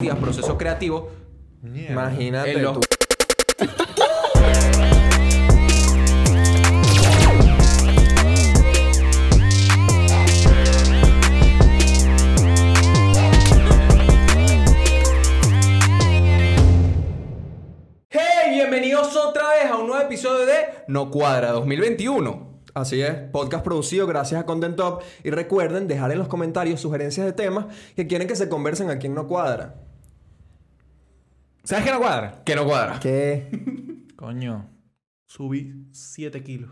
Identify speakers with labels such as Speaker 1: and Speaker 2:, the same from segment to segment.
Speaker 1: días proceso creativo.
Speaker 2: Imagínate
Speaker 1: En los-
Speaker 2: tú.
Speaker 1: ¡Hey! Bienvenidos otra vez a un nuevo episodio de No Cuadra 2021.
Speaker 2: Así es, podcast producido gracias a Content Top. Y recuerden dejar en los comentarios sugerencias de temas que quieren que se conversen aquí en No Cuadra.
Speaker 1: ¿Sabes qué no cuadra? Que no cuadra.
Speaker 2: ¿Qué?
Speaker 3: Coño. Subí 7 kilos.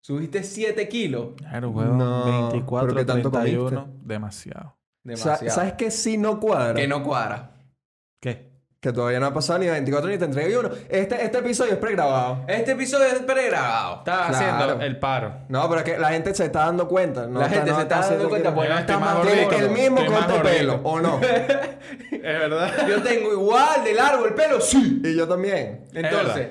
Speaker 1: Subiste 7 kilos.
Speaker 3: Claro, huevón.
Speaker 2: No,
Speaker 3: 24,
Speaker 2: ¿pero qué tanto
Speaker 3: 31.
Speaker 2: comiste?
Speaker 3: Demasiado.
Speaker 2: Sa-
Speaker 1: Demasiado.
Speaker 2: ¿Sabes qué sí no cuadra?
Speaker 1: Que no cuadra.
Speaker 3: ¿Qué?
Speaker 2: Que todavía no ha pasado ni 24 ni 31. Este, este episodio es pregrabado.
Speaker 1: Este episodio es pregrabado.
Speaker 3: Estaba
Speaker 2: Claro.
Speaker 3: haciendo el paro.
Speaker 2: No, no, pero es que la gente se está dando cuenta. No
Speaker 1: La
Speaker 2: está-
Speaker 1: gente
Speaker 2: no
Speaker 1: se está
Speaker 2: haciendo
Speaker 1: dando cuenta
Speaker 2: que-
Speaker 1: porque
Speaker 3: Yo
Speaker 1: no
Speaker 3: estoy
Speaker 1: está
Speaker 3: más
Speaker 1: más
Speaker 2: Tiene
Speaker 3: gordito.
Speaker 1: gordo.
Speaker 2: el mismo
Speaker 3: Estoy más
Speaker 2: corte de pelo,
Speaker 3: gordito.
Speaker 2: ¿o no?
Speaker 3: Es verdad.
Speaker 1: Yo tengo igual de largo el pelo, sí.
Speaker 2: y yo también.
Speaker 1: Entonces,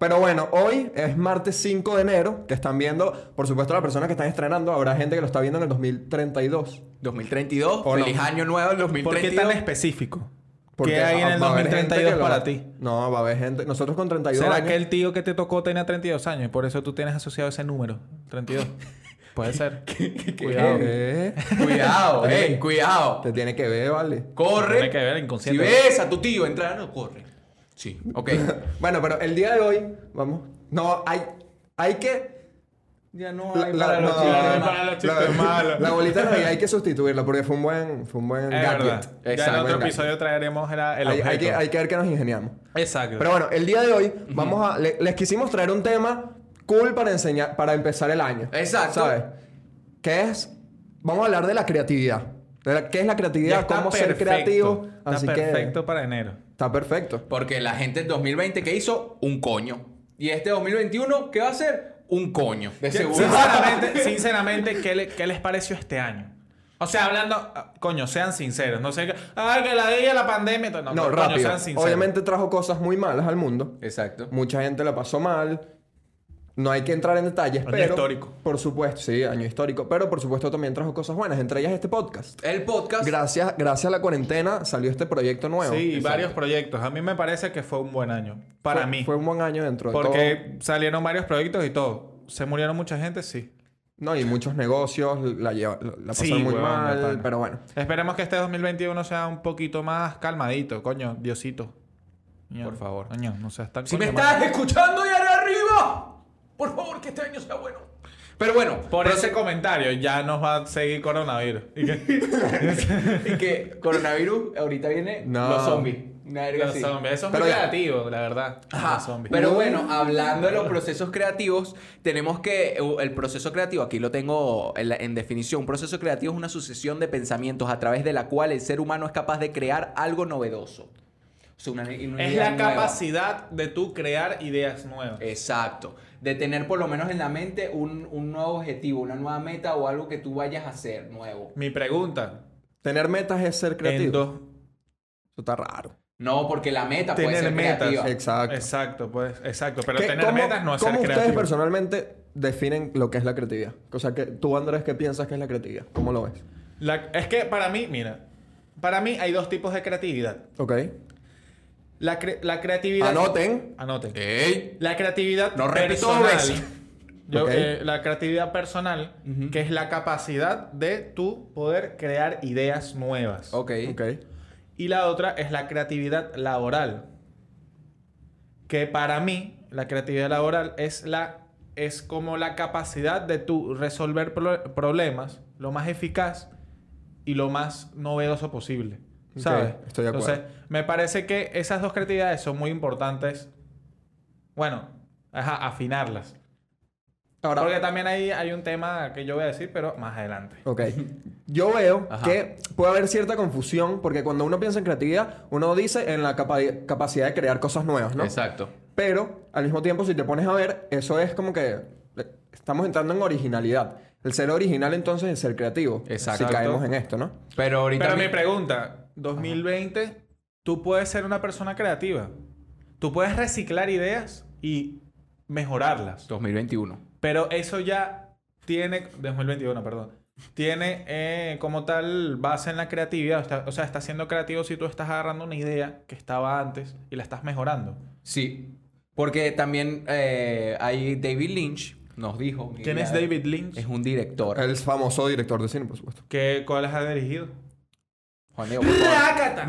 Speaker 2: Pero bueno, hoy es martes 5 de enero, que están viendo, por supuesto, las personas que están estrenando, habrá gente que lo está viendo en el 2032.
Speaker 1: 2032,
Speaker 2: O no.
Speaker 1: feliz año nuevo el
Speaker 3: ¿Por qué tan
Speaker 1: 2032.
Speaker 3: específico?
Speaker 2: Porque ah,
Speaker 3: ¿Qué hay en
Speaker 2: va-
Speaker 3: el
Speaker 2: va a haber gente
Speaker 3: 2032
Speaker 2: que lo-
Speaker 3: para ti?
Speaker 2: No, va a haber gente. Nosotros con 32
Speaker 3: ¿Será
Speaker 2: años.
Speaker 3: que el tío que te tocó tenía 32 años y por eso tú tienes asociado ese número? 32. Puede ser. Cuidado.
Speaker 2: Eh,
Speaker 1: Cuidado,
Speaker 2: Oye,
Speaker 1: eh, cuidado.
Speaker 2: Te tiene que ver, vale.
Speaker 1: Corre.
Speaker 3: Tiene que ver el
Speaker 1: si
Speaker 3: inconsciente.
Speaker 1: ves a tu tío entrar, no corre. Sí, ok.
Speaker 2: Bueno, pero el día de hoy, vamos. No, hay, hay que.
Speaker 1: ya no
Speaker 2: La, la- no,
Speaker 3: chistes
Speaker 2: no,
Speaker 3: malos,
Speaker 2: la-
Speaker 3: chistes malos.
Speaker 2: la bolita de Navidad hay que sustituirla porque fue un buen, fue un buen
Speaker 3: Es
Speaker 2: gadget.
Speaker 3: verdad. Ya en
Speaker 1: Exacto,
Speaker 3: otro
Speaker 1: venga.
Speaker 3: episodio traeremos la- el
Speaker 2: Hay- hay
Speaker 3: objeto.
Speaker 2: que- hay que ver que nos ingeniamos.
Speaker 3: Exacto.
Speaker 2: Pero bueno, el día de hoy vamos a le- les quisimos traer un tema cool para enseñar para empezar el año.
Speaker 1: Exacto.
Speaker 2: ¿Sabes? Que es vamos a hablar de la creatividad. De la- ¿Qué es la
Speaker 3: Ya
Speaker 2: creatividad?
Speaker 3: está
Speaker 2: ¿Cómo ser
Speaker 3: perfecto.
Speaker 2: creativo?
Speaker 3: Está perfecto para enero.
Speaker 2: que está perfecto.
Speaker 1: Porque la gente en 2020 que hizo un coño. Y este 2021, ¿qué va a ser? Un coño. De
Speaker 3: Yo,
Speaker 1: seguro.
Speaker 3: Sinceramente, sinceramente ¿qué, le- qué les pareció este año? O sea, hablando, ah, coño, sean sinceros. No sé que, ay, que la de la pandemia. No,
Speaker 2: No,
Speaker 3: pero, coño,
Speaker 2: rápido.
Speaker 3: sean sinceros.
Speaker 2: Obviamente trajo cosas muy malas al mundo.
Speaker 1: Exacto.
Speaker 2: Mucha gente la pasó mal. No hay que entrar en detalles,
Speaker 3: Año
Speaker 2: pero
Speaker 3: histórico.
Speaker 2: Por supuesto, sí, año histórico, pero por supuesto también trajo cosas buenas, entre ellas este podcast.
Speaker 1: El podcast.
Speaker 2: Gracias, gracias a la cuarentena salió este proyecto nuevo.
Speaker 3: Sí,
Speaker 1: Exacto.
Speaker 3: varios proyectos. A mí me parece que fue un buen año. Para
Speaker 2: Fue-
Speaker 3: mí.
Speaker 2: Fue un buen año dentro de todo.
Speaker 3: porque salieron varios proyectos y todo. ¿Se murieron mucha gente? Sí.
Speaker 2: No, y muchos negocios la, lleva, la- la
Speaker 3: Sí,
Speaker 2: pasaron muy
Speaker 3: huevón, de
Speaker 2: mal,
Speaker 3: pana.
Speaker 2: pero bueno.
Speaker 3: Esperemos que este 2021 sea un poquito más calmadito, coño. Diosito. Coño,
Speaker 1: Por favor.
Speaker 3: Coño, no seas tan
Speaker 1: Si me
Speaker 3: coño
Speaker 1: estás
Speaker 3: malo.
Speaker 1: escuchando allá arriba, por favor, que este año sea bueno. Pero bueno,
Speaker 3: Por
Speaker 1: proce-
Speaker 3: ese comentario ya nos va a seguir coronavirus. ¿Y qué?
Speaker 1: y que coronavirus, ahorita viene
Speaker 2: No.
Speaker 1: los zombies. Una verga
Speaker 3: Los
Speaker 1: así.
Speaker 3: zombies. Eso es
Speaker 2: Pero
Speaker 3: muy
Speaker 2: ya.
Speaker 3: creativo, la verdad.
Speaker 1: Ajá,
Speaker 3: Los zombies.
Speaker 1: Pero bueno, hablando de los procesos creativos, tenemos que eh, el proceso creativo, aquí lo tengo en, la- en definición, un proceso creativo es una sucesión de pensamientos a través de la cual el ser humano es capaz de crear algo novedoso. O sea, una- una
Speaker 3: es
Speaker 1: idea
Speaker 3: la
Speaker 1: nueva.
Speaker 3: capacidad de tú crear ideas nuevas.
Speaker 1: Eh. Exacto. De tener por lo menos en la mente un, un nuevo objetivo, una nueva meta o algo que tú vayas a hacer nuevo.
Speaker 3: Mi pregunta.
Speaker 2: Tener metas es ser creativo.
Speaker 3: En dos.
Speaker 2: Eso está raro.
Speaker 1: No, porque la meta Ah, puede
Speaker 3: Tener
Speaker 1: ser
Speaker 3: metas.
Speaker 1: creativa.
Speaker 2: Exacto.
Speaker 3: Exacto, pues, exacto. Pero
Speaker 2: ¿Qué-
Speaker 3: tener
Speaker 2: cómo-
Speaker 3: metas no es ser
Speaker 2: ¿Cómo ustedes
Speaker 3: creativo.
Speaker 2: personalmente definen lo que es la creatividad? O sea, que tú, Andrés, ¿qué piensas que es la creatividad? ¿Cómo lo ves?
Speaker 3: La- es que para mí, mira, para mí hay dos tipos de creatividad.
Speaker 2: ¿Ok?
Speaker 3: La, cre- la creatividad.
Speaker 2: Anoten.
Speaker 3: Anoten.
Speaker 1: ¡Ey!
Speaker 3: La creatividad
Speaker 1: Eh. No repito dos veces.
Speaker 3: personal. Yo,
Speaker 2: Ok.
Speaker 3: eh, la creatividad personal, que es la capacidad de tú poder crear ideas nuevas.
Speaker 1: Ok.
Speaker 2: Ok.
Speaker 3: Y la otra es la creatividad laboral. Que para mí, la creatividad laboral es la es como la capacidad de tú resolver pro- problemas lo más eficaz y lo más novedoso posible.
Speaker 2: Ok,
Speaker 3: ¿Sabes?
Speaker 2: estoy de acuerdo.
Speaker 3: Entonces, me parece que esas dos creatividades son muy importantes. Bueno, ajá, afinarlas.
Speaker 2: Ahora,
Speaker 3: Porque también hay, hay un tema que yo voy a decir, pero más adelante.
Speaker 2: Ok. Yo veo
Speaker 1: Ajá.
Speaker 2: que puede haber cierta confusión porque cuando uno piensa en creatividad, uno dice en la capa- capacidad de crear cosas nuevas, ¿no?
Speaker 1: Exacto.
Speaker 2: Pero al mismo tiempo, si te pones a ver, eso es como que le- estamos entrando en originalidad. El ser original entonces es ser creativo.
Speaker 1: Exacto.
Speaker 2: Si caemos en esto, ¿no?
Speaker 1: Pero ahorita.
Speaker 3: Pero
Speaker 1: mi-
Speaker 3: mi pregunta, 2020, tú puedes ser una persona creativa. Tú puedes reciclar ideas y mejorarlas.
Speaker 1: 2021.
Speaker 3: Pero eso ya tiene... 2021, perdón. tiene eh, como tal base en la creatividad. O, está- o sea, está siendo creativo si tú estás agarrando una idea que estaba antes y la estás mejorando.
Speaker 1: Sí. Porque también eh, hay David Lynch, nos dijo.
Speaker 3: ¿Quién es
Speaker 1: Mira,
Speaker 3: David Lynch?
Speaker 1: Es un director.
Speaker 2: El famoso director de cine, por supuesto.
Speaker 3: ¿Qué, ¿Cuál ha dirigido?
Speaker 1: Juan Diego, por favor.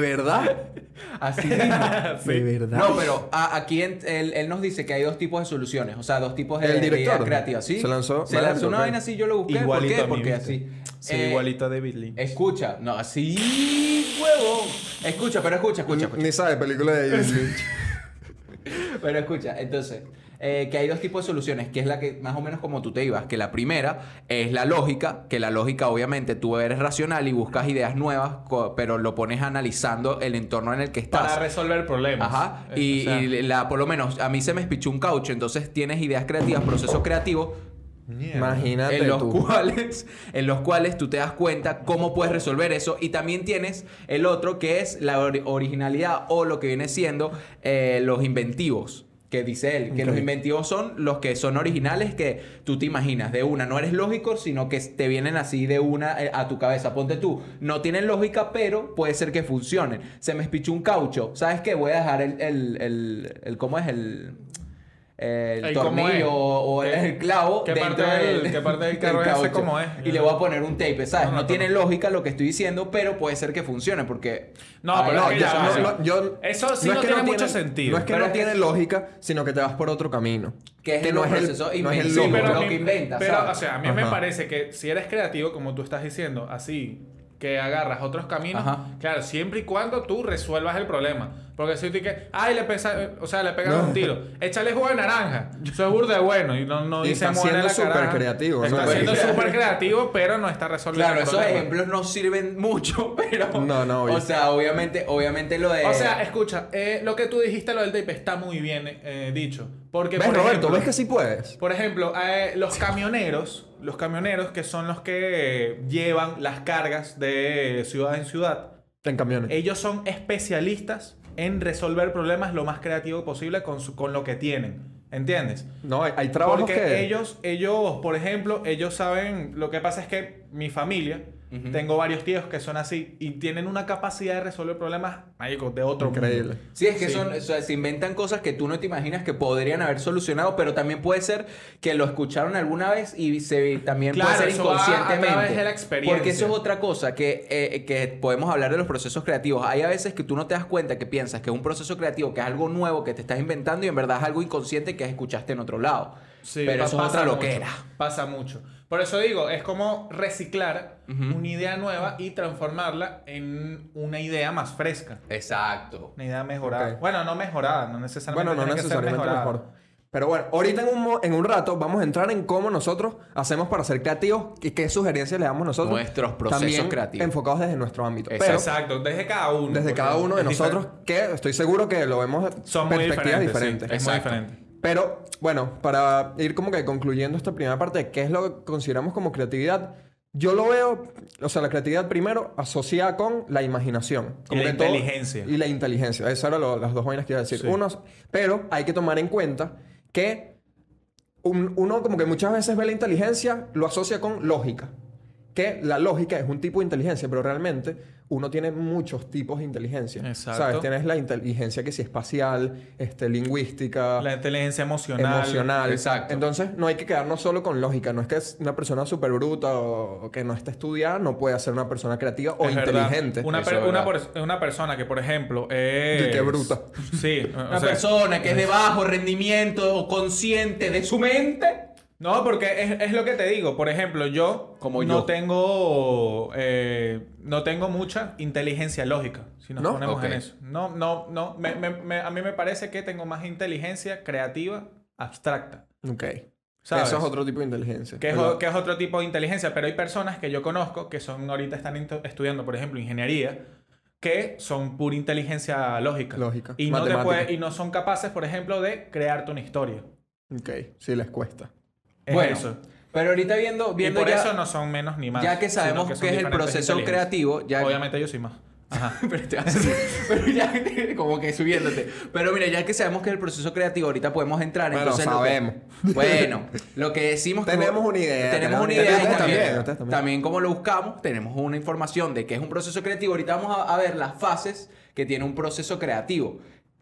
Speaker 2: verdad?
Speaker 1: Así dijo.
Speaker 2: ¿De verdad?
Speaker 1: No, pero a- aquí en- él, él nos dice que hay dos tipos de soluciones, o sea, dos tipos de
Speaker 2: El director.
Speaker 1: ideas creativas, ¿sí?
Speaker 2: Se lanzó-
Speaker 1: Se lanzó
Speaker 2: Vale,
Speaker 1: una
Speaker 2: ok.
Speaker 1: vaina así, yo lo busqué.
Speaker 3: Igualito
Speaker 1: ¿Por
Speaker 3: a
Speaker 1: qué?
Speaker 3: mí,
Speaker 1: Porque así.
Speaker 3: ¿viste? Sí,
Speaker 1: Eh,
Speaker 3: igualito a David Lynch.
Speaker 1: Escucha, no, así, huevo. Escucha, pero escucha, escucha, escucha.
Speaker 2: Ni sabe película de David Lynch.
Speaker 1: Pero escucha, entonces, eh, que hay dos tipos de soluciones, que es la que más o menos como tú te ibas, que la primera es la lógica, que la lógica obviamente tú eres racional y buscas ideas nuevas, co- pero lo pones analizando el entorno en el que estás.
Speaker 3: Para resolver problemas.
Speaker 1: Ajá.
Speaker 3: Eh,
Speaker 1: Y,
Speaker 3: o sea,
Speaker 1: y la, por lo menos a mí se me espichó un caucho, entonces tienes ideas creativas, procesos creativos.
Speaker 3: mierda.
Speaker 2: Imagínate
Speaker 1: En los,
Speaker 2: tú.
Speaker 1: cuales, en los cuales tú te das cuenta cómo puedes resolver eso. Y también tienes el otro que es la ori- originalidad o lo que viene siendo eh, los inventivos. Que dice él, que los
Speaker 2: Ok.
Speaker 1: inventivos son los que son originales que tú te imaginas de una. No eres lógico, sino que te vienen así de una eh, a tu cabeza. Ponte tú, no tienen lógica, pero puede ser que funcionen. Se me espichó un caucho. ¿Sabes qué? Voy a dejar el, el, el- el- ¿cómo es? El, el
Speaker 3: El cómo es.
Speaker 1: tornillo o el,
Speaker 3: ¿Qué-
Speaker 1: el clavo
Speaker 3: qué
Speaker 1: dentro
Speaker 3: parte del- qué parte del carro es ese
Speaker 1: caucho.
Speaker 3: cómo es?
Speaker 1: Y le voy a poner un tape, ¿sabes?
Speaker 3: No,
Speaker 1: No,
Speaker 3: no,
Speaker 1: tiene
Speaker 3: no.
Speaker 1: lógica lo que estoy diciendo, pero puede ser que funcione porque...
Speaker 3: No,
Speaker 1: Ay,
Speaker 3: pero es que
Speaker 2: yo-
Speaker 3: ya
Speaker 1: eso
Speaker 3: va,
Speaker 1: no-
Speaker 3: ya
Speaker 1: no-
Speaker 3: va.
Speaker 2: yo-
Speaker 3: Eso sí no
Speaker 2: es que
Speaker 3: tiene mucho sentido.
Speaker 2: No es que
Speaker 1: Pero
Speaker 2: no
Speaker 1: es que-
Speaker 2: tiene lógica, sino que te vas por otro camino.
Speaker 1: Que es el
Speaker 2: no
Speaker 1: proceso
Speaker 2: no es el
Speaker 1: inmenso.
Speaker 2: lógico.
Speaker 1: Sí, pero-
Speaker 3: a
Speaker 1: lo
Speaker 3: mí-
Speaker 1: que inventas,
Speaker 3: Pero,
Speaker 1: ¿sabes?
Speaker 3: o sea, a mí me
Speaker 2: Ajá.
Speaker 3: parece que si eres creativo, como tú estás diciendo, así que agarras otros caminos,
Speaker 1: Ajá.
Speaker 3: claro, siempre y cuando tú resuelvas el problema. Porque si tú que, ay, le pesa, o sea, le pegas
Speaker 2: No.
Speaker 3: un tiro, échale jugo de naranja, eso es burda de bueno y no, no
Speaker 2: Y
Speaker 3: dice
Speaker 2: está
Speaker 3: muere
Speaker 2: siendo
Speaker 3: la
Speaker 2: súper
Speaker 3: caraja.
Speaker 2: creativo,
Speaker 3: Está
Speaker 2: ¿no?
Speaker 3: siendo
Speaker 2: Claro.
Speaker 3: súper creativo, pero no está resolviendo
Speaker 1: Claro,
Speaker 3: el
Speaker 1: esos
Speaker 3: problema.
Speaker 1: ejemplos no sirven mucho, pero...
Speaker 2: No, no, obvio.
Speaker 1: O sea, obviamente, obviamente lo de...
Speaker 3: O sea, escucha, eh, lo que tú dijiste, lo del tape, está muy bien eh, dicho. Porque,
Speaker 2: ¿Ves,
Speaker 3: por
Speaker 2: Roberto?
Speaker 3: ejemplo-
Speaker 2: ¿Ves que sí puedes?
Speaker 3: Por ejemplo, eh, los camioneros, los camioneros que son los que llevan las cargas de ciudad en ciudad,
Speaker 2: En camiones.
Speaker 3: ellos son especialistas en resolver problemas lo más creativo posible con, su- con lo que tienen. ¿Entiendes?
Speaker 2: no, hay, hay trabajos
Speaker 3: Porque
Speaker 2: que...
Speaker 3: ellos, ellos, por ejemplo, ellos saben, lo que pasa es que mi familia,
Speaker 1: Ujú.
Speaker 3: tengo varios tíos que son así y tienen una capacidad de resolver problemas, marico, de otro mundo.
Speaker 2: Increíble.
Speaker 1: Sí, es que
Speaker 3: Sí.
Speaker 1: son, o sea, se inventan cosas que tú no te imaginas que podrían haber solucionado, pero también puede ser que lo escucharon alguna vez y se, también
Speaker 3: Claro,
Speaker 1: puede ser
Speaker 3: eso va a
Speaker 1: inconscientemente.
Speaker 3: través de la experiencia.
Speaker 1: Porque eso es otra cosa que, eh, que podemos hablar de los procesos creativos. Hay a veces que tú no te das cuenta que piensas que es un proceso creativo, que es algo nuevo que te estás inventando y en verdad es algo inconsciente que escuchaste en otro lado.
Speaker 3: Sí,
Speaker 1: pero
Speaker 3: pa-
Speaker 1: eso es
Speaker 3: pasa
Speaker 1: otra
Speaker 3: mucho,
Speaker 1: loquera.
Speaker 3: Pasa mucho. Por eso digo, es como reciclar una idea nueva y transformarla en una idea más fresca.
Speaker 1: Exacto.
Speaker 3: Una idea mejorada.
Speaker 2: Ok.
Speaker 3: Bueno, no mejorada, no necesariamente.
Speaker 2: Bueno, no
Speaker 3: tiene que ser
Speaker 2: necesariamente
Speaker 3: mejorada.
Speaker 2: mejor. Pero bueno, ahorita en un, mo- en un rato vamos a entrar en cómo nosotros hacemos para ser creativos y qué sugerencias le damos nosotros.
Speaker 1: Nuestros procesos
Speaker 2: También
Speaker 1: creativos.
Speaker 2: Enfocados desde nuestro ámbito.
Speaker 1: Exacto.
Speaker 2: Pero
Speaker 3: Exacto, desde cada uno.
Speaker 2: desde
Speaker 3: porque
Speaker 2: cada uno de
Speaker 3: es diferente.
Speaker 2: nosotros, que estoy seguro que lo vemos de
Speaker 3: Son muy
Speaker 2: perspectivas
Speaker 3: diferentes. sí,
Speaker 2: diferentes.
Speaker 3: es muy
Speaker 1: Exacto.
Speaker 3: diferente.
Speaker 2: Pero bueno, para ir como que concluyendo esta primera parte de qué es lo que consideramos como creatividad, yo lo veo, o sea, la creatividad primero asociada con la imaginación. Como
Speaker 3: Y la
Speaker 2: que todo-
Speaker 3: inteligencia.
Speaker 2: y la inteligencia. Esas eran lo- las dos vainas que iba a decir.
Speaker 3: Sí.
Speaker 2: Uno, pero hay que tomar en cuenta que un- uno como que muchas veces ve la inteligencia, lo asocia con lógica. Que la lógica es un tipo de inteligencia, pero realmente uno tiene muchos tipos de inteligencia.
Speaker 3: Exacto.
Speaker 2: ¿Sabes? Tienes la inteligencia que si espacial, este, lingüística,
Speaker 3: La inteligencia emocional.
Speaker 2: emocional.
Speaker 1: Exacto.
Speaker 2: Entonces, no hay que quedarnos solo con lógica. No es que es una persona súper bruta o, o que no esté estudiada no puede ser una persona creativa o
Speaker 3: Es verdad.
Speaker 2: inteligente.
Speaker 3: Una,
Speaker 1: Eso
Speaker 3: per-
Speaker 1: es
Speaker 3: una,
Speaker 1: verdad.
Speaker 3: per- una persona que, por ejemplo, es.
Speaker 2: Y qué bruta.
Speaker 3: Sí. o
Speaker 1: Una
Speaker 3: sea,
Speaker 1: persona que es de bajo rendimiento o consciente de su mente.
Speaker 3: No, porque es, es lo que te digo. Por ejemplo, yo
Speaker 1: Como
Speaker 3: no
Speaker 1: yo.
Speaker 3: tengo eh, no tengo mucha inteligencia lógica, si nos
Speaker 2: ¿No?
Speaker 3: ponemos
Speaker 1: Ok.
Speaker 3: en eso. No, no, no. Me- me- me- a mí me parece que tengo más inteligencia creativa abstracta.
Speaker 2: Ok.
Speaker 3: ¿Sabes?
Speaker 2: Eso es otro tipo de inteligencia.
Speaker 3: Que es,
Speaker 2: ¿verdad?
Speaker 3: o- que es otro tipo de inteligencia, pero hay personas que yo conozco que son ahorita están into- estudiando, por ejemplo, ingeniería, que son pura inteligencia lógica.
Speaker 2: Lógica,
Speaker 3: Y no, te
Speaker 2: matemática.
Speaker 3: puede- y no son capaces, por ejemplo, de crearte una historia.
Speaker 2: Ok. Sí, les cuesta.
Speaker 3: Es
Speaker 1: bueno,
Speaker 3: eso.
Speaker 1: pero ahorita viendo,
Speaker 3: Y
Speaker 1: viendo
Speaker 3: por
Speaker 1: ya...
Speaker 3: eso no son menos ni más.
Speaker 1: Ya que sabemos
Speaker 3: sino
Speaker 1: que,
Speaker 3: son
Speaker 1: es el
Speaker 3: diferentes
Speaker 1: proceso
Speaker 3: inteligencias.
Speaker 1: creativo, ya
Speaker 3: Obviamente yo soy más.
Speaker 1: pero, te vas a- pero ya, como que subiéndote. Pero mira, ya que sabemos que es el proceso creativo, ahorita podemos entrar.
Speaker 2: Bueno,
Speaker 1: entonces, lo
Speaker 2: sabemos.
Speaker 1: que- bueno, lo que decimos... que-
Speaker 2: Tenemos una idea,
Speaker 1: Tenemos
Speaker 2: tenemos
Speaker 1: una
Speaker 2: una
Speaker 1: idea. y
Speaker 2: idea.
Speaker 1: también,
Speaker 2: Ustedes también,
Speaker 1: también,
Speaker 2: ustedes también.
Speaker 1: como lo buscamos, tenemos una información de que es un proceso creativo. Ahorita vamos a, a ver las fases que tiene un proceso creativo.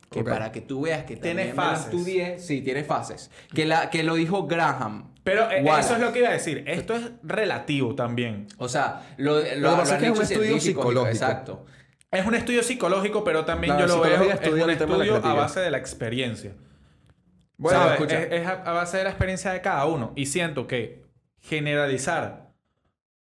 Speaker 1: Que
Speaker 2: Ok.
Speaker 1: para que tú veas que
Speaker 3: Tiene
Speaker 1: también me lo
Speaker 3: fases.
Speaker 1: estudié. Sí, tiene fases. Que, la, que lo dijo Graham.
Speaker 3: Pero eh,
Speaker 1: Wallace.
Speaker 3: eso es lo que iba a decir. Esto es relativo también.
Speaker 1: O sea, lo, lo,
Speaker 2: Lo que pasa
Speaker 1: han
Speaker 2: es que
Speaker 1: dicho
Speaker 2: es un estudio
Speaker 1: científicos,
Speaker 2: psicolológico.
Speaker 1: Exacto.
Speaker 3: Es un estudio psicológico, pero también
Speaker 2: La
Speaker 3: yo lo veo
Speaker 2: psicología
Speaker 3: es
Speaker 2: estudia
Speaker 3: un
Speaker 2: el tema de la
Speaker 3: estudio a
Speaker 2: creatividad.
Speaker 3: base de la experiencia.
Speaker 2: Bueno,
Speaker 3: ¿Sabes?
Speaker 2: escucha.
Speaker 3: Es, es a, a base de la experiencia de cada uno. Y siento que generalizar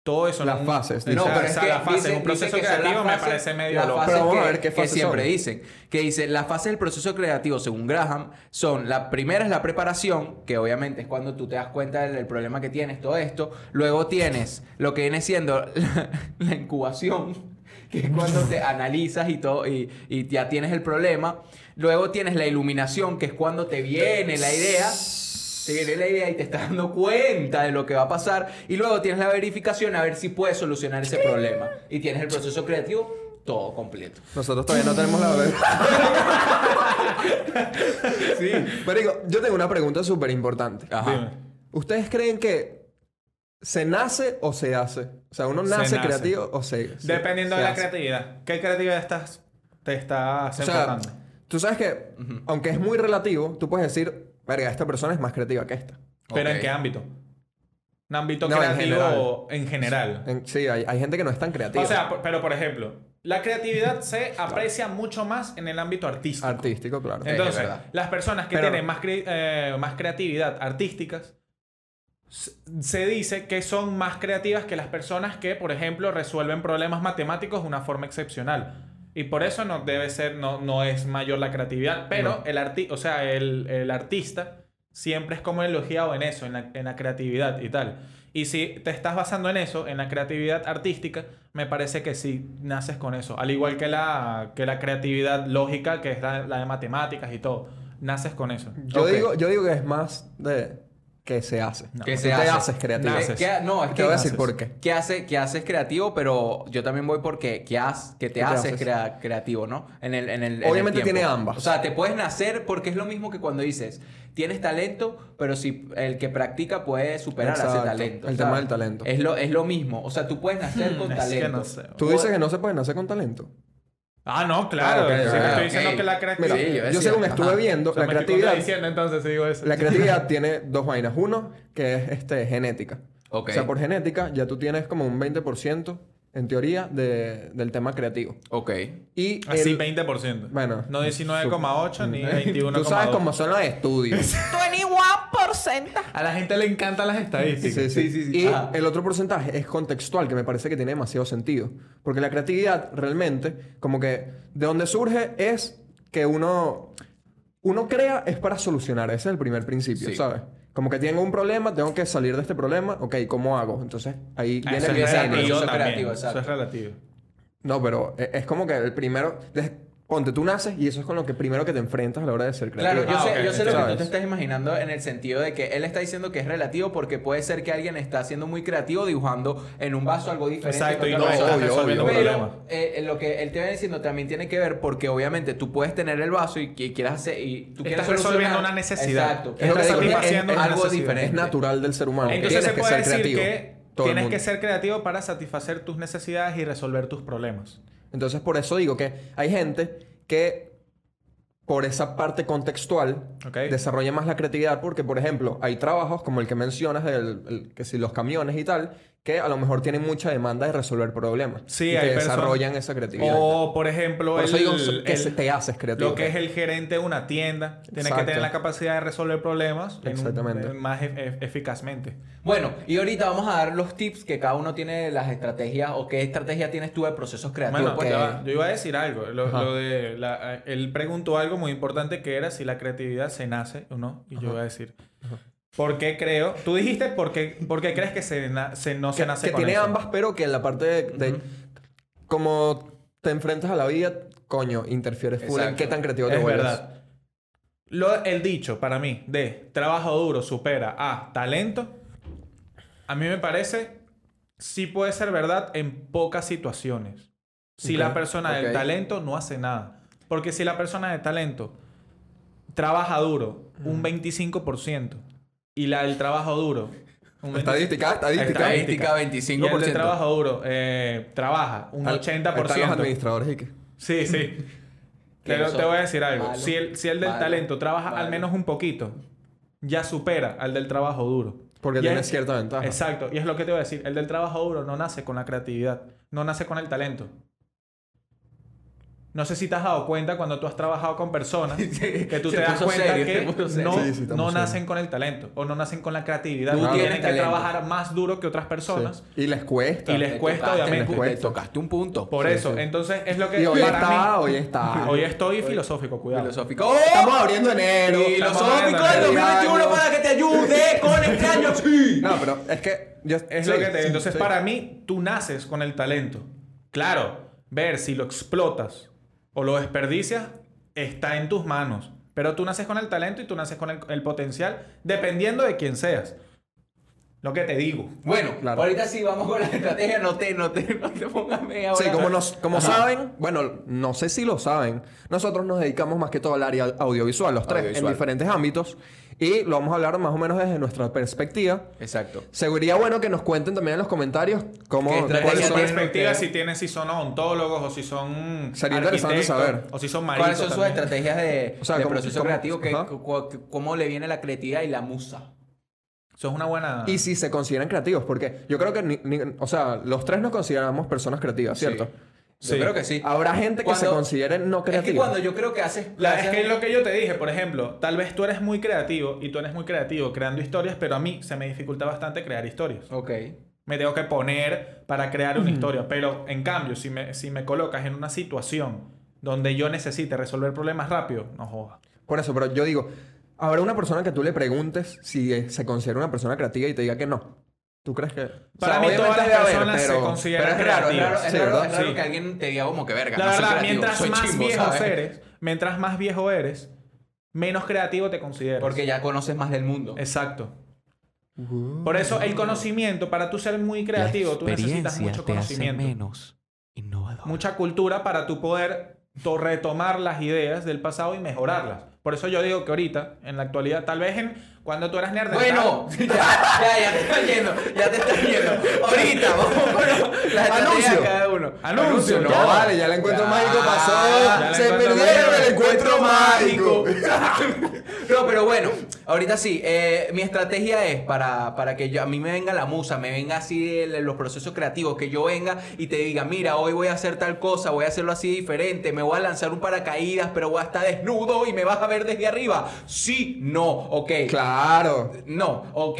Speaker 3: todo eso... en
Speaker 2: Las
Speaker 3: un-
Speaker 2: fases,
Speaker 3: en-
Speaker 2: dice.
Speaker 3: o sea,
Speaker 2: No, pero
Speaker 1: es
Speaker 3: esa-
Speaker 1: que
Speaker 3: la fase,
Speaker 1: dicen-
Speaker 3: un proceso
Speaker 1: dicen que son
Speaker 3: creativo
Speaker 1: las
Speaker 3: me
Speaker 1: fases-
Speaker 3: parece medio
Speaker 1: las
Speaker 3: loco.
Speaker 1: fases
Speaker 2: Pero vamos a
Speaker 1: que-
Speaker 2: ver qué
Speaker 1: que
Speaker 2: fases
Speaker 1: siempre
Speaker 2: son.
Speaker 1: dicen. Que dice, las fases del proceso creativo, según Graham, son la primera es la preparación, que obviamente es cuando tú te das cuenta del, del problema que tienes, todo esto. Luego tienes lo que viene siendo la, la incubación, que es cuando te analizas y todo, y, y ya tienes el problema. Luego tienes la iluminación, que es cuando te viene la idea. Te viene la idea y te estás dando cuenta de lo que va a pasar. Y luego tienes la verificación a ver si puedes solucionar ese problema. Y tienes el proceso creativo todo completo.
Speaker 2: Nosotros todavía no tenemos la sí. Marico, yo tengo una pregunta súper importante.
Speaker 1: Ajá.
Speaker 3: Dime.
Speaker 2: ¿Ustedes creen que se nace o se hace? O sea, uno
Speaker 3: Se
Speaker 2: nace,
Speaker 3: nace.
Speaker 2: creativo o se. se-
Speaker 3: Dependiendo
Speaker 2: se
Speaker 3: de la
Speaker 2: hace?
Speaker 3: creatividad. ¿Qué creatividad estás, te estás
Speaker 2: O sea,
Speaker 3: enfocando?
Speaker 2: tú sabes que, aunque es muy relativo, tú puedes decir, verga, esta persona es más creativa que esta.
Speaker 3: ¿Pero
Speaker 1: Ok.
Speaker 3: en qué ámbito? ¿Un ámbito
Speaker 2: No, en
Speaker 3: creativo en general?
Speaker 2: En- sí, hay, hay gente que no es tan creativa.
Speaker 3: O sea, por- pero por ejemplo, la creatividad se aprecia mucho más en el ámbito artístico.
Speaker 2: artístico, claro.
Speaker 1: Eh, es
Speaker 3: Entonces,
Speaker 1: verdad.
Speaker 3: las personas que
Speaker 2: Pero-
Speaker 3: tienen más, cre- eh, más creatividad artísticas se- se dice que son más creativas que las personas que, por ejemplo, resuelven problemas matemáticos de una forma excepcional. Y por eso no debe ser, no, no es mayor la creatividad. Pero el, arti o sea, el, el artista siempre es como elogiado en eso, en la, en la creatividad y tal. Y si te estás basando en eso, en la creatividad artística, me parece que sí naces con eso. Al igual que la, que la creatividad lógica, que es la, la de matemáticas y todo. Naces con eso.
Speaker 2: yo,
Speaker 1: ok.
Speaker 2: digo, yo digo que es más de que se hace.
Speaker 1: Que
Speaker 2: Tú
Speaker 1: se
Speaker 2: te
Speaker 1: hace.
Speaker 2: haces creativo.
Speaker 3: Naces.
Speaker 1: ¿Qué ha- no, es que
Speaker 2: Te voy a decir
Speaker 1: haces-
Speaker 2: por qué.
Speaker 1: ¿Qué hace, qué haces creativo? Pero yo también voy porque ¿qué, has- que te
Speaker 2: ¿Qué te
Speaker 1: haces
Speaker 2: haces?
Speaker 1: crea- creativo, no? En el, en el- en el
Speaker 2: Obviamente
Speaker 1: tiempo.
Speaker 2: tiene ambas.
Speaker 1: O sea, te puedes nacer porque es lo mismo que cuando dices, tienes talento, pero si el que practica puede superar a ese
Speaker 2: Exacto.
Speaker 1: talento.
Speaker 2: El
Speaker 1: o sea,
Speaker 2: tema del talento.
Speaker 1: Es lo, es lo mismo. O sea, tú puedes nacer con
Speaker 3: Mm, Es que
Speaker 1: talento.
Speaker 3: no sé.
Speaker 2: Tú dices que no se puede nacer con talento.
Speaker 3: Ah, no,
Speaker 2: Ah,
Speaker 3: claro.
Speaker 2: ok,
Speaker 3: Sí,
Speaker 2: ok,
Speaker 3: te estoy
Speaker 1: ok.
Speaker 3: diciendo que la
Speaker 2: Mira,
Speaker 3: creatividad.
Speaker 1: Sí, yo
Speaker 2: yo,
Speaker 1: decía,
Speaker 2: según estuve
Speaker 1: ajá.
Speaker 2: viendo,
Speaker 3: O sea,
Speaker 2: la
Speaker 3: me estoy
Speaker 2: creatividad,
Speaker 3: contradiciendo, entonces si digo eso.
Speaker 2: la creatividad tiene dos vainas. Uno, que es este, genética.
Speaker 1: Ok.
Speaker 2: O sea, por genética ya tú tienes como un 20% en teoría de- del tema creativo.
Speaker 1: Ok.
Speaker 2: Y
Speaker 3: Así
Speaker 2: el-
Speaker 3: 20%.
Speaker 2: Bueno,
Speaker 3: No 19,8 ni
Speaker 2: tú
Speaker 3: 21,8.
Speaker 2: sabes cómo son los estudios.
Speaker 1: 21%.
Speaker 3: A la gente le encantan las estadísticas.
Speaker 1: Sí, sí, Ah. sí.
Speaker 2: Y
Speaker 1: Ajá.
Speaker 2: el otro porcentaje es contextual, que me parece que tiene demasiado sentido. Porque la creatividad realmente, como que de donde surge es que uno, uno crea es para solucionar. Ese es el primer principio,
Speaker 1: Sí.
Speaker 2: ¿sabes? Como que tengo un problema, tengo que salir de este problema. Ok, ¿cómo hago? Entonces ahí
Speaker 3: Ah,
Speaker 2: viene
Speaker 3: Eso
Speaker 2: el
Speaker 3: es
Speaker 1: Viene
Speaker 2: diseño.
Speaker 1: el
Speaker 3: relativo
Speaker 1: proceso
Speaker 3: también.
Speaker 1: creativo,
Speaker 3: Eso es
Speaker 1: exacto.
Speaker 3: relativo.
Speaker 2: No, pero e- es como que el primero... des- Ponte, tú naces y eso es con lo que primero que te enfrentas a la hora de ser creativo.
Speaker 1: Claro, yo
Speaker 3: Ah,
Speaker 1: sé,
Speaker 3: ok,
Speaker 1: yo sé lo que tú
Speaker 2: ¿sabes?
Speaker 1: te estás imaginando en el sentido de que él está diciendo que es relativo porque puede ser que alguien está siendo muy creativo dibujando en un vaso algo diferente.
Speaker 3: Exacto,
Speaker 1: que
Speaker 3: y
Speaker 1: otra
Speaker 3: no
Speaker 1: persona.
Speaker 3: estás
Speaker 2: obvio,
Speaker 3: resolviendo
Speaker 2: obvio.
Speaker 3: un problema.
Speaker 1: Pero eh, lo que él te va diciendo también tiene que ver porque obviamente tú puedes tener el vaso y, que quieras hacer y tú quieres
Speaker 3: Estás resolviendo
Speaker 1: solucionar-
Speaker 3: una necesidad.
Speaker 1: Exacto.
Speaker 2: Es lo que
Speaker 1: Estás
Speaker 2: digo, es-
Speaker 1: satisfaciendo
Speaker 2: es-
Speaker 1: algo
Speaker 3: es
Speaker 1: diferente.
Speaker 2: Es natural del ser humano.
Speaker 3: Entonces se
Speaker 2: tienes
Speaker 3: puede
Speaker 2: que ser
Speaker 3: decir
Speaker 2: creativo.
Speaker 3: que
Speaker 2: Todo el
Speaker 3: tienes que
Speaker 2: mundo.
Speaker 3: ser creativo para satisfacer tus necesidades y resolver tus problemas.
Speaker 2: Entonces, por eso digo que hay gente que por esa parte contextual
Speaker 3: Ok.
Speaker 2: desarrolla más la creatividad porque, por ejemplo, hay trabajos como el que mencionas, el, el- que si los camiones y tal, que a lo mejor tienen mucha demanda de resolver problemas.
Speaker 3: Sí,
Speaker 2: y
Speaker 3: hay
Speaker 2: que
Speaker 3: personas-
Speaker 2: desarrollan esa creatividad.
Speaker 3: O, por ejemplo,
Speaker 2: por eso digo
Speaker 3: el-
Speaker 2: que
Speaker 3: el-
Speaker 2: se- te haces creativo.
Speaker 3: Lo que es el gerente de una tienda. Tiene que
Speaker 2: Exacto.
Speaker 3: tener la capacidad de resolver problemas en un-
Speaker 2: Exactamente.
Speaker 3: en más e- e- eficazmente.
Speaker 1: Bueno, y ahorita vamos a dar los tips que cada uno tiene de las estrategias o qué estrategia tienes tú de procesos creativos.
Speaker 3: Bueno, pues,
Speaker 1: porque-
Speaker 3: ya va. yo iba a decir algo. Lo,
Speaker 2: Ajá.
Speaker 3: lo de la- eh, él preguntó algo muy importante que era si la creatividad se nace o no. Y yo iba a decir. ¿Por qué creo? Tú dijiste por qué, por qué crees que se na- se- no se
Speaker 2: que,
Speaker 3: nace
Speaker 2: que
Speaker 3: con
Speaker 2: tiene
Speaker 3: eso.
Speaker 2: ambas, pero que en la parte de, de- como te enfrentas a la vida, coño, interfieres full en
Speaker 1: Exacto.
Speaker 2: qué tan creativo te
Speaker 3: Es
Speaker 2: vuelves.
Speaker 3: verdad. Lo- el dicho para mí de trabajo duro supera a talento, a mí me parece sí puede ser verdad en pocas situaciones. Si
Speaker 2: Ok,
Speaker 3: la persona
Speaker 1: ok.
Speaker 3: del talento no hace nada. Porque si la persona de talento trabaja duro
Speaker 2: Mm.
Speaker 3: un 25% y la del trabajo duro un 25%,
Speaker 2: Estadística, estadística.
Speaker 3: Ahí está.
Speaker 1: Estadística
Speaker 3: y el del
Speaker 1: 25%.
Speaker 3: trabajo duro eh, trabaja un
Speaker 2: Al-
Speaker 3: 80%.
Speaker 2: Están los administradores y que...
Speaker 3: Sí, sí.
Speaker 1: Que
Speaker 3: Pero
Speaker 1: eso-
Speaker 3: te voy a decir algo.
Speaker 1: malo,
Speaker 3: si, el, si el del
Speaker 1: malo,
Speaker 3: talento trabaja al
Speaker 1: malo.
Speaker 3: menos un poquito, ya supera al del trabajo duro.
Speaker 2: Porque
Speaker 3: Y
Speaker 2: tiene
Speaker 3: es-
Speaker 2: cierta ventaja.
Speaker 3: Exacto. Y es lo que te voy a decir. El del trabajo duro no nace con la creatividad. No nace con el talento. No sé si te has dado cuenta cuando tú has trabajado con personas que tú
Speaker 1: se
Speaker 3: te das
Speaker 1: puso
Speaker 3: cuenta
Speaker 1: serio, se
Speaker 3: que
Speaker 1: puso serio.
Speaker 3: no,
Speaker 2: Sí, sí, estamos
Speaker 3: no
Speaker 2: serios.
Speaker 3: nacen con el talento o no nacen con la creatividad.
Speaker 1: Tú
Speaker 3: Tú
Speaker 1: tienes
Speaker 3: tienes que
Speaker 1: talento.
Speaker 3: trabajar más duro que otras personas.
Speaker 2: Sí. Y les cuesta.
Speaker 3: Y les
Speaker 1: Te
Speaker 3: cuesta,
Speaker 1: tocaste,
Speaker 3: obviamente.
Speaker 1: te
Speaker 2: Cuesta.
Speaker 1: tocaste un punto.
Speaker 3: Por
Speaker 2: Sí,
Speaker 3: eso.
Speaker 2: sí.
Speaker 3: Entonces es lo que
Speaker 2: Y hoy
Speaker 3: para
Speaker 2: está,
Speaker 3: mí-
Speaker 2: hoy está.
Speaker 3: Hoy estoy filosófico, cuidado.
Speaker 1: Filosófico. ¡Oh!
Speaker 2: Estamos abriendo enero.
Speaker 1: Filosófico del 2021 para que te ayude con extraños. Sí.
Speaker 2: No, pero es que... yo-
Speaker 3: Es
Speaker 2: sí,
Speaker 3: lo que te...
Speaker 2: sí,
Speaker 3: Entonces,
Speaker 2: sí.
Speaker 3: para mí, tú naces con el talento. Claro, ver si lo explotas o lo desperdicias está en tus manos. Pero tú naces con el talento y tú naces con el, el potencial, dependiendo de quién seas. Lo que te digo.
Speaker 1: Bueno, pues
Speaker 2: Claro.
Speaker 1: ahorita sí vamos con la estrategia. No te, no te, no te pongas media
Speaker 2: Sí,
Speaker 1: hora.
Speaker 2: como, nos, como saben, bueno, no sé si lo saben, nosotros nos dedicamos más que todo al área audiovisual, los tres,
Speaker 1: Audiovisual.
Speaker 2: en diferentes ámbitos, y lo vamos a hablar más o menos desde nuestra perspectiva.
Speaker 1: Exacto.
Speaker 2: Sería bueno que nos cuenten también en los comentarios cómo,
Speaker 1: ¿Qué estrategia son
Speaker 2: cuáles
Speaker 3: Desde tu
Speaker 2: son...
Speaker 1: tienen?
Speaker 3: perspectiva,
Speaker 1: ustedes?
Speaker 3: si tienes, si son ontólogos o si son.
Speaker 2: Sería interesante
Speaker 3: arquitectos,
Speaker 2: saber.
Speaker 3: O si son
Speaker 1: ¿Cuáles
Speaker 3: maridos.
Speaker 1: son sus estrategias de,
Speaker 2: O sea,
Speaker 1: de
Speaker 2: como-
Speaker 1: proceso
Speaker 2: como-
Speaker 1: creativo? ¿Qué-
Speaker 2: ajá.
Speaker 1: cu- cu- ¿Cómo le viene la creatividad y la musa?
Speaker 3: Eso es una buena.
Speaker 2: Y si se consideran creativos, porque yo creo que, ni- ni- o sea, los tres nos consideramos personas creativas, ¿cierto?
Speaker 1: Yo
Speaker 3: Sí. Ah,
Speaker 1: creo que sí.
Speaker 2: Habrá gente que se
Speaker 1: Cuando-
Speaker 2: considere no
Speaker 1: es que
Speaker 2: creativa.
Speaker 1: cuando yo creo que haces.
Speaker 3: La- es
Speaker 1: haces-
Speaker 3: que es lo que yo te dije, por ejemplo, tal vez tú eres muy creativo y tú eres muy creativo creando historias, pero a mí se me dificulta bastante crear historias.
Speaker 1: Ok.
Speaker 3: Me tengo que poner para crear una historia, pero en cambio, si me, si me colocas en una situación donde yo necesite resolver problemas rápido, no joda.
Speaker 2: Por eso, pero yo digo, habrá una persona que tú le preguntes si eh, se considera una persona creativa y te diga que no. ¿Tú crees que...?
Speaker 3: Para mí
Speaker 2: obviamente
Speaker 3: todas las
Speaker 2: debe haber,
Speaker 3: personas se consideran-
Speaker 1: Pero es raro, es raro, es
Speaker 2: Sí,
Speaker 1: raro-
Speaker 2: ¿verdad?
Speaker 1: es raro
Speaker 3: Sí.
Speaker 1: que alguien te diga como que verga.
Speaker 3: La
Speaker 1: no soy
Speaker 3: verdad,
Speaker 1: creativo,
Speaker 3: mientras
Speaker 1: soy
Speaker 3: más
Speaker 1: chimbo",
Speaker 3: viejo
Speaker 1: ¿sabes?
Speaker 3: eres, mientras más viejo eres, menos creativo te consideras.
Speaker 1: Porque ya conoces más del mundo.
Speaker 3: Exacto. Por eso el conocimiento, para tú ser muy creativo, tú necesitas mucho conocimiento.
Speaker 1: menos innovador.
Speaker 3: mucha cultura para tú poder to- retomar las ideas del pasado y mejorarlas. Por eso yo digo que ahorita, en la actualidad, tal vez en cuando tú eras nerd.
Speaker 1: Bueno, ya, ya, ya te está yendo, ya te está yendo. Ahorita, vamos con los- las estrategias
Speaker 2: Anuncio.
Speaker 1: de cada uno.
Speaker 3: Anuncio,
Speaker 2: No,
Speaker 3: ya.
Speaker 2: vale, ya el encuentro
Speaker 1: Ya,
Speaker 2: mágico
Speaker 3: ya
Speaker 2: pasó.
Speaker 3: el
Speaker 2: Se
Speaker 3: encuentro
Speaker 2: perdieron
Speaker 3: mágico.
Speaker 2: el encuentro mágico.
Speaker 1: No, pero bueno, ahorita sí. eh, mi estrategia es para, para que yo- a mí me venga la musa, me venga así el- los procesos creativos, que yo venga y te diga, mira, hoy voy a hacer tal cosa, voy a hacerlo así diferente, me voy a lanzar un paracaídas, pero voy a estar desnudo y me vas a ver desde arriba. Sí, no, ok.
Speaker 2: Claro.
Speaker 1: No, ok.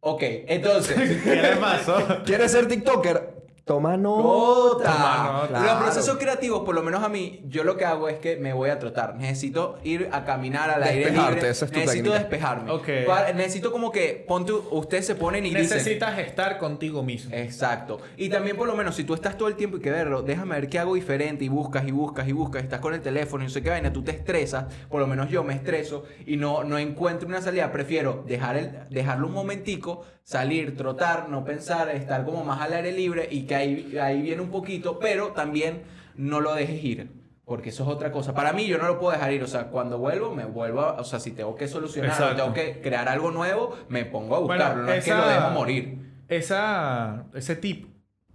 Speaker 1: Ok, entonces.
Speaker 3: ¿Qué le pasó?
Speaker 2: ¿Quieres ser TikToker? Toma nota.
Speaker 1: Nota.
Speaker 2: Claro.
Speaker 1: Los procesos creativos, por lo menos a mí, yo lo que hago es que me voy a trotar. Necesito ir a caminar al aire
Speaker 2: Despejarte,
Speaker 1: libre.
Speaker 2: esa es tu
Speaker 1: necesito
Speaker 2: técnica.
Speaker 1: despejarme.
Speaker 3: Ok.
Speaker 1: Pa- necesito como que ponte, ustedes se ponen y dicen.
Speaker 3: Necesitas estar contigo mismo.
Speaker 1: Eh, Exacto. Y también por lo menos si tú estás todo el tiempo y que verlo, déjame ver qué hago diferente y buscas y buscas y buscas, estás con el teléfono y no sé qué vaina, tú te estresas, por lo menos yo me estreso y no, no encuentro una salida, prefiero dejar el, dejarlo un momentico, salir, trotar, no pensar, estar como más al aire libre y que ahí, ahí viene un poquito, pero también no lo dejes ir. Porque eso es otra cosa. Para mí, yo no lo puedo dejar ir. O sea, cuando vuelvo, me vuelvo. a- o sea, si tengo que solucionar, o
Speaker 3: Exacto.
Speaker 1: tengo que crear algo nuevo, me pongo a
Speaker 3: Bueno,
Speaker 1: buscarlo. no es que lo
Speaker 3: esa-
Speaker 1: dejo morir.
Speaker 3: Esa, ese tip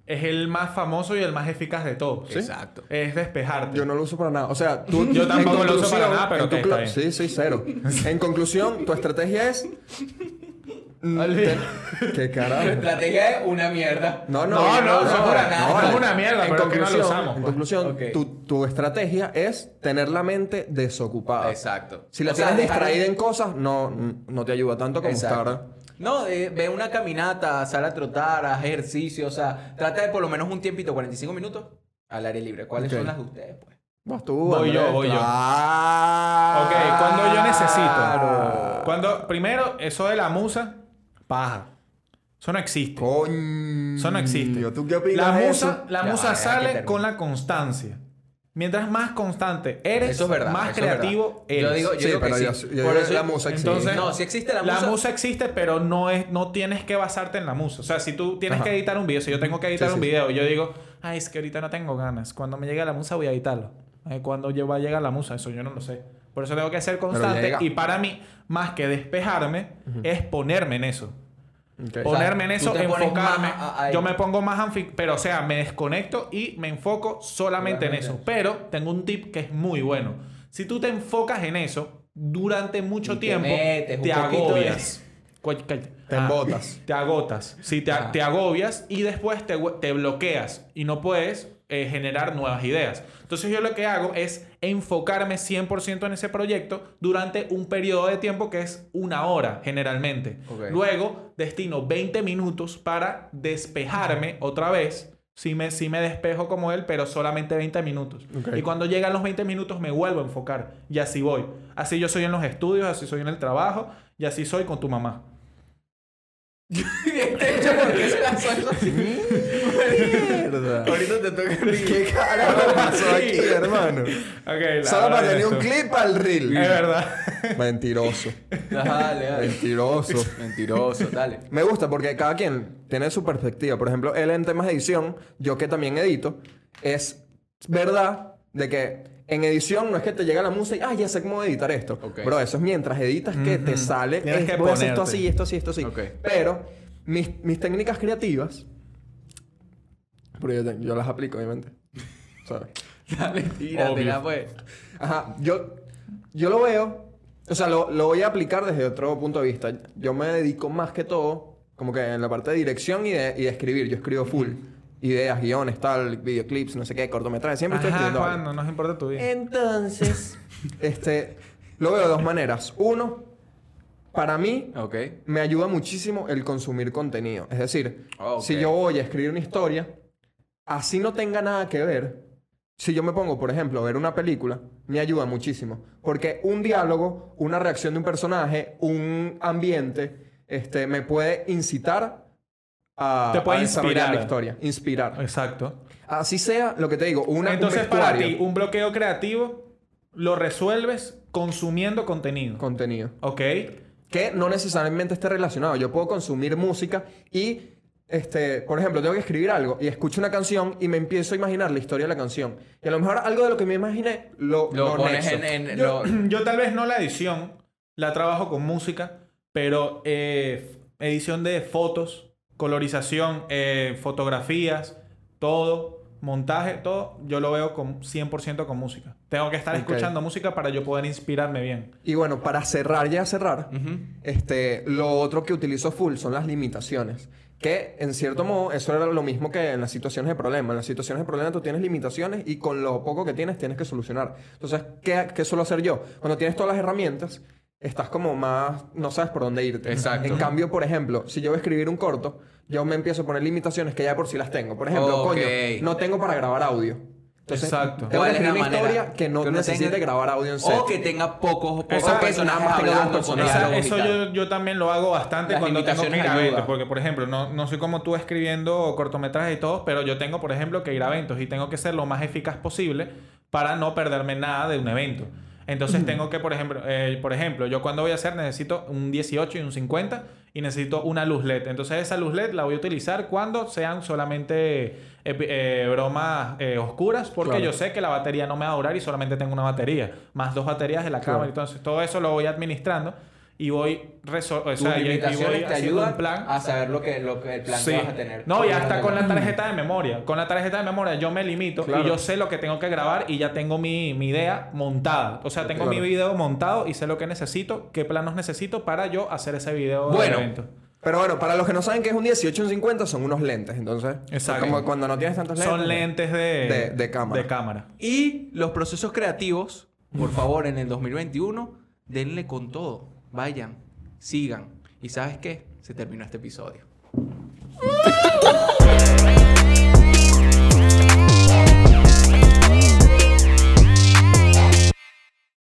Speaker 3: es el más famoso y el más eficaz de todos. ¿sí?
Speaker 1: Exacto.
Speaker 3: Es despejarte.
Speaker 2: Yo no lo uso para nada. O sea, tú.
Speaker 3: Yo
Speaker 2: en
Speaker 3: tampoco lo uso para
Speaker 2: conclusión,
Speaker 3: nada, pero
Speaker 2: en tu
Speaker 3: ok,
Speaker 2: cla-
Speaker 3: está
Speaker 2: Sí, sí, cero. En conclusión, tu estrategia es. Mm,
Speaker 3: Olvida-
Speaker 2: te- ¿Qué
Speaker 1: Tu
Speaker 2: carajo?
Speaker 1: estrategia es una mierda.
Speaker 2: No, no,
Speaker 3: No,
Speaker 1: no,
Speaker 3: no, no,
Speaker 1: para nada.
Speaker 3: no,
Speaker 2: vale.
Speaker 3: es una mierda,
Speaker 2: En
Speaker 3: pero que no lo
Speaker 2: conclusión-
Speaker 3: usamos,
Speaker 2: En
Speaker 3: pues.
Speaker 2: conclusión,
Speaker 1: Ok.
Speaker 2: tu, tu estrategia es tener la mente desocupada.
Speaker 1: Exacto.
Speaker 2: Si la
Speaker 1: O sea,
Speaker 2: tienes
Speaker 1: dejar-
Speaker 2: distraída en cosas, no, no te ayuda tanto como
Speaker 1: Exacto.
Speaker 2: estar.
Speaker 1: No, eh, ve una caminata, sal a trotar, haz ejercicio, o sea, trata de por lo menos un tiempito, 45 minutos, al aire libre. ¿Cuáles
Speaker 2: Ok.
Speaker 1: son las de ustedes, pues?
Speaker 2: Vas tú.
Speaker 3: Voy yo, voy yo. Ok, cuando yo necesito. Cuando, primero, eso de la musa, paja. Eso no existe.
Speaker 2: Coño.
Speaker 3: Eso no existe.
Speaker 2: ¿Tú qué opinas?
Speaker 3: La
Speaker 2: de
Speaker 3: musa,
Speaker 2: eso?
Speaker 3: la
Speaker 1: Ya
Speaker 3: musa
Speaker 1: va, deja que
Speaker 3: sale
Speaker 1: termine.
Speaker 3: con la constancia. Mientras más constante eres,
Speaker 1: Eso es verdad. eso
Speaker 3: más
Speaker 1: es
Speaker 3: creativo
Speaker 1: verdad.
Speaker 3: eres.
Speaker 1: Yo digo, yo
Speaker 2: Sí,
Speaker 1: digo
Speaker 2: pero
Speaker 1: que
Speaker 2: yo-
Speaker 1: sí.
Speaker 2: yo
Speaker 1: Por
Speaker 2: digo
Speaker 1: eso-
Speaker 2: la musa existe.
Speaker 3: Entonces,
Speaker 1: no, si existe la
Speaker 3: la
Speaker 1: musa.
Speaker 3: musa existe, pero no es no tienes que basarte en la musa. O sea, si tú tienes
Speaker 2: Ajá.
Speaker 3: que editar un video, si yo tengo que editar
Speaker 2: Sí,
Speaker 3: un
Speaker 2: sí, sí.
Speaker 3: video, yo digo, ay, es que ahorita no tengo ganas. Cuando me llegue la musa voy a editarlo. Eh, cuando yo va a llegar la musa, eso yo no lo sé. Por eso tengo que ser constante.
Speaker 2: llega.
Speaker 3: Y para mí, más que despejarme, es ponerme en eso.
Speaker 2: Ok.
Speaker 1: O sea,
Speaker 3: Ponerme en
Speaker 1: tú
Speaker 3: eso,
Speaker 1: te pones
Speaker 3: enfocarme.
Speaker 1: más a- a- ahí.
Speaker 3: yo me pongo más anfi... Pero, o sea, me desconecto y me enfoco solamente en eso. Pero tengo un tip que es muy bueno. Si tú te enfocas en eso durante mucho
Speaker 1: Y te
Speaker 3: tiempo,
Speaker 1: metes un
Speaker 3: te
Speaker 1: poquito de-
Speaker 3: agobias. Cu- cállate.
Speaker 2: Te
Speaker 3: Ah,
Speaker 2: embotas.
Speaker 3: Te agotas. Si te,
Speaker 1: Ajá.
Speaker 3: te agobias y después te, gu- te bloqueas y no puedes eh, generar nuevas ideas. Entonces yo lo que hago es enfocarme 100% en ese proyecto durante un periodo de tiempo que es una hora generalmente.
Speaker 1: Ok.
Speaker 3: Luego destino 20 minutos para despejarme otra vez. Si me, sí me despejo como él, pero solamente 20 minutos.
Speaker 2: Ok.
Speaker 3: Y cuando llegan los 20 minutos me vuelvo a enfocar. Y así voy. Así yo soy en los estudios, así soy en el trabajo y así soy con tu mamá.
Speaker 1: Este hecho, ¿por qué se lanzó eso así?
Speaker 2: Ahorita te toca ¿Qué carajo pasó aquí, hermano?
Speaker 3: Okay, la
Speaker 2: Solo
Speaker 3: verdad
Speaker 2: para tener
Speaker 3: es
Speaker 2: un
Speaker 3: esto.
Speaker 2: clip al reel.
Speaker 3: Es verdad.
Speaker 2: Mentiroso.
Speaker 1: Dale, dale.
Speaker 2: Mentiroso.
Speaker 1: Mentiroso, dale.
Speaker 2: Me gusta porque cada quien tiene su perspectiva. Por ejemplo, él en temas de edición, yo que también edito, es verdad de que en edición no es que te llega la música y, ah, ya sé cómo editar esto.
Speaker 1: Ok.
Speaker 2: Bro, eso es mientras editas que te sale,
Speaker 3: Tienes
Speaker 2: es,
Speaker 3: que
Speaker 2: voy a hacer esto
Speaker 3: ponerte.
Speaker 2: así, esto así, esto así.
Speaker 1: Ok.
Speaker 2: Pero mis, mis técnicas creativas, porque yo, te- yo las aplico, obviamente. ¿Sabes?
Speaker 1: Dale,
Speaker 3: Obvio.
Speaker 1: tíratela, pues.
Speaker 2: Ajá, yo, yo lo veo, o sea, lo, lo voy a aplicar desde otro punto de vista. Yo me dedico más que todo, como que en la parte de dirección y de, y de escribir. Yo escribo full. Ideas, guiones, tal, videoclips, no sé qué, cortometrajes. Siempre estoy
Speaker 3: Ajá,
Speaker 2: escribiendo. algo. Eh,
Speaker 3: Juan, no nos importa tu vida.
Speaker 2: Entonces, este, lo veo de dos maneras. Uno, para mí,
Speaker 1: Ok.
Speaker 2: me ayuda muchísimo el consumir contenido. Es decir,
Speaker 1: Ah, ok.
Speaker 2: si yo voy a escribir una historia, así no tenga nada que ver. Si yo me pongo, por ejemplo, a ver una película, me ayuda muchísimo. Porque un diálogo, una reacción de un personaje, un ambiente, este, me puede incitar a,
Speaker 3: Te puede
Speaker 2: a desarrollar
Speaker 3: inspirar.
Speaker 2: la historia. Inspirar.
Speaker 3: Exacto.
Speaker 2: Así sea lo que te digo, una,
Speaker 3: Entonces,
Speaker 2: un
Speaker 3: para ti,
Speaker 2: vestuario,
Speaker 3: un bloqueo creativo lo resuelves consumiendo contenido.
Speaker 2: contenido.
Speaker 3: ok.
Speaker 2: que no necesariamente esté relacionado. Yo puedo consumir música y, este, por ejemplo, tengo que escribir algo y escucho una canción y me empiezo a imaginar la historia de la canción. Y a lo mejor algo de lo que me imaginé lo,
Speaker 1: Lo pones
Speaker 2: anexo.
Speaker 1: en. en-
Speaker 3: Yo,
Speaker 1: lo-
Speaker 3: yo tal vez no la edición, la trabajo con música, pero eh, edición de fotos, colorización, eh, fotografías, todo, montaje, todo, yo lo veo con 100% con música. Tengo que estar
Speaker 2: Ok.
Speaker 3: escuchando música para yo poder inspirarme bien.
Speaker 2: Y bueno, para cerrar, ya cerrar,
Speaker 1: Ujú.
Speaker 2: este, lo otro que utilizo full son las limitaciones. Que en cierto modo eso era lo mismo que en las situaciones de problema. En las situaciones de problema tú tienes limitaciones y con lo poco que tienes tienes que solucionar. Entonces, ¿qué, qué suelo hacer yo? Cuando tienes todas las herramientas, estás como más, no sabes por dónde irte.
Speaker 1: Exacto.
Speaker 2: En cambio, por ejemplo, si yo voy a escribir un corto, yo me empiezo a poner limitaciones que ya por sí las tengo. Por ejemplo,
Speaker 1: Ok.
Speaker 2: coño, no tengo para grabar audio. Entonces,
Speaker 3: Exacto.
Speaker 2: Tengo
Speaker 1: ¿Cuál
Speaker 2: que
Speaker 1: es la
Speaker 2: escribir una
Speaker 1: manera?
Speaker 2: historia que no
Speaker 1: Que no
Speaker 2: necesite
Speaker 1: tenga-
Speaker 2: grabar audio en set.
Speaker 1: O que tenga pocos, pocos
Speaker 3: Exacto.
Speaker 1: personajes
Speaker 2: Nada más que dos
Speaker 1: hablando con
Speaker 2: personajes.
Speaker 1: diálogos y
Speaker 3: eso
Speaker 1: tal.
Speaker 3: yo, yo también lo hago bastante
Speaker 1: Las
Speaker 3: cuando tengo que
Speaker 1: limitaciones
Speaker 3: ir a eventos.
Speaker 1: ayudan.
Speaker 3: Porque, por ejemplo, no, no soy como tú escribiendo cortometrajes y todo, pero yo tengo, por ejemplo, que ir a eventos y tengo que ser lo más eficaz posible para no perderme nada de un evento. Entonces tengo que, por ejemplo, eh, por ejemplo, yo cuando voy a hacer necesito un 18 y un 50 y necesito una luz LED. Entonces esa luz LED la voy a utilizar cuando sean solamente eh, eh, bromas eh, oscuras porque
Speaker 2: Claro.
Speaker 3: yo sé que la batería no me va a durar y solamente tengo una batería, más dos baterías de la
Speaker 2: Claro.
Speaker 3: cámara. Entonces todo eso lo voy administrando y voy, resol- o
Speaker 1: Tus
Speaker 3: sea, y- y voy
Speaker 1: limitaciones te
Speaker 3: haciendo
Speaker 1: ayudan
Speaker 3: un plan.
Speaker 1: a saber lo que, lo que el plan
Speaker 3: Sí.
Speaker 1: que vas a tener.
Speaker 3: No, y hasta con la tarjeta de memoria. Con la tarjeta de memoria yo me limito
Speaker 2: Claro.
Speaker 3: y yo sé lo que tengo que grabar y ya tengo mi, mi idea montada. O sea, tengo
Speaker 2: Claro.
Speaker 3: mi video montado y sé lo que necesito, qué planos necesito para yo hacer ese video del
Speaker 1: Bueno.
Speaker 3: evento.
Speaker 2: Pero bueno, para los que no saben qué es un 18 un 50, son unos lentes. Entonces,
Speaker 3: Exacto.
Speaker 2: como cuando no tienes tantos lentes.
Speaker 3: Son lentes de,
Speaker 2: De- de cámara.
Speaker 3: de cámara.
Speaker 1: Y los procesos creativos, por favor, en el 2021, denle con todo. Vayan, sigan. ¿Y sabes qué? Se terminó este episodio.